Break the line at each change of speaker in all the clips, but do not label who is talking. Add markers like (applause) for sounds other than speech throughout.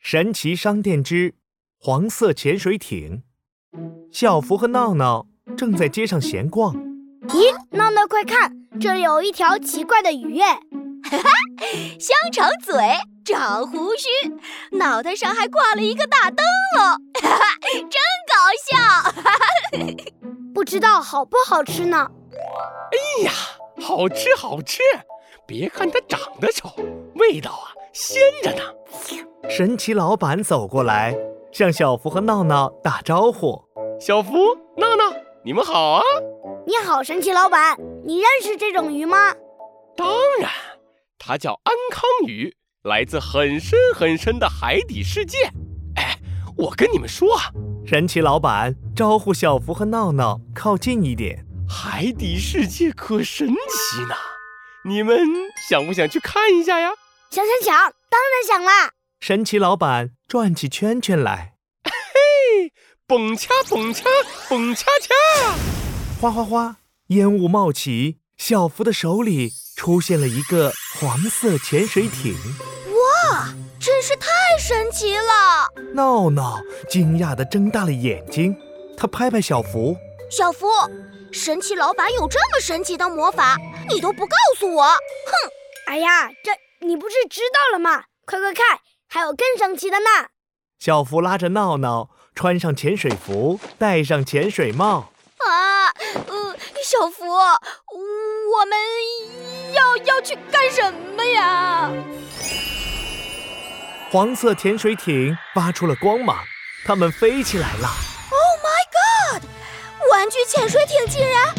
神奇商店之黄色潜水艇。小福和闹闹正在街上闲逛，
闹闹，快看，这里有一条奇怪的鱼 (laughs) 哎！
香肠嘴，长胡须，脑袋上还挂了一个大灯
(laughs)
笼，真搞笑！
不知道好不好吃呢？
好吃好吃，别看它长得丑，味道啊鲜着呢。
神奇老板走过来，向小福和闹闹打招呼。
小福、闹闹，你们好啊！
你好，神奇老板，你认识这种鱼吗？
当然，它叫安康鱼，来自很深很深的海底世界。哎，我跟你们说啊，
神奇老板招呼小福和闹闹靠近一点。
海底世界可神奇呢，你们想不想去看一下呀？
想想想，当然想啦！
神奇老板转起圈圈来，
蹦恰蹦恰蹦恰恰！
哗哗哗，烟雾冒起，小福的手里出现了一个黄色潜水艇。
真是太神奇了！
闹闹惊讶地睁大了眼睛，他拍拍小福，
小福，神奇老板有这么神奇的魔法，你都不告诉我！
哎呀，这你不是知道了吗？快快看，还有更神奇的呢！
小福拉着闹闹穿上潜水服，戴上潜水帽。
啊，呃，小福，我们要要去干什么呀？
黄色潜水艇发出了光芒，它们飞起来了。
玩具潜水艇竟然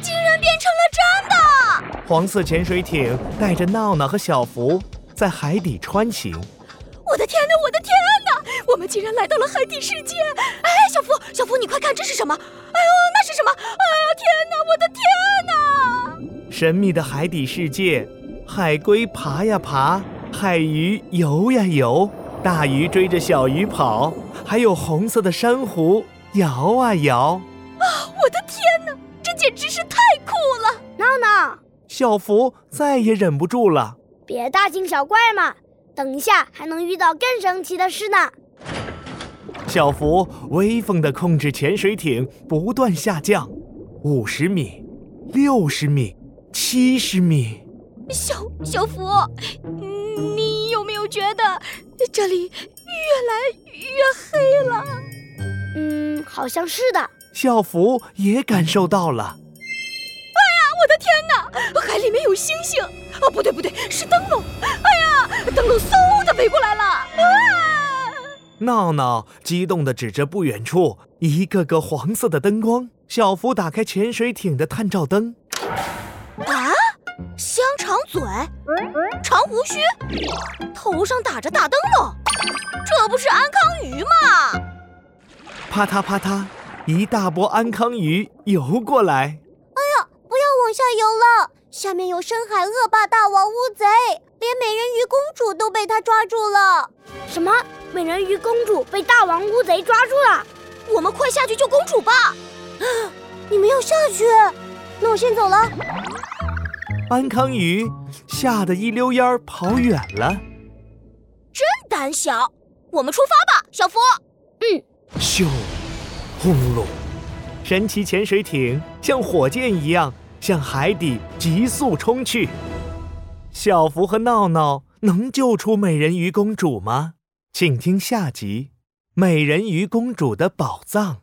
竟然变成了真的！
黄色潜水艇带着闹闹和小福在海底穿行。
我的天哪，我的天哪！我们竟然来到了海底世界！哎，小福，小福，你快看，这是什么？哎呦，那是什么？哎呀，天哪，我的天哪！
神秘的海底世界，海龟爬呀爬，海鱼游呀游，大鱼追着小鱼跑，还有红色的珊瑚摇啊摇。
我的天哪，这简直是太酷了！
闹闹，
小福再也忍不住了。
别大惊小怪嘛，等一下还能遇到更神奇的事呢。
小福威风地控制潜水艇不断下降，五十米、六十米、七十米。
小小福，你有没有觉得这里越来越黑了？
嗯，好像是的。
小福也感受到了，
我的天哪，海里面有星星！啊，不对不对，是灯笼！哎呀，灯笼嗖的飞过来了！啊！
闹闹激动地指着不远处一个个黄色的灯光。小福打开潜水艇的探照灯，
啊，香肠嘴，长胡须，头上打着大灯笼，这不是安康鱼吗？
啪嗒啪嗒，一大波安康鱼游过来。
不要往下游了，下面有深海恶霸大王乌贼，连美人鱼公主都被他抓住了。
什么？美人鱼公主被大王乌贼抓住了？
我们快下去救公主吧！ (gasps) 你们要下去？那我先走了。
安康鱼吓得一溜烟儿跑远了。
胆小，我们出发吧，小福。
咻，轰隆！神奇潜水艇像火箭一样向海底急速冲去。小福和闹闹能救出美人鱼公主吗？请听下集《美人鱼公主的宝藏》。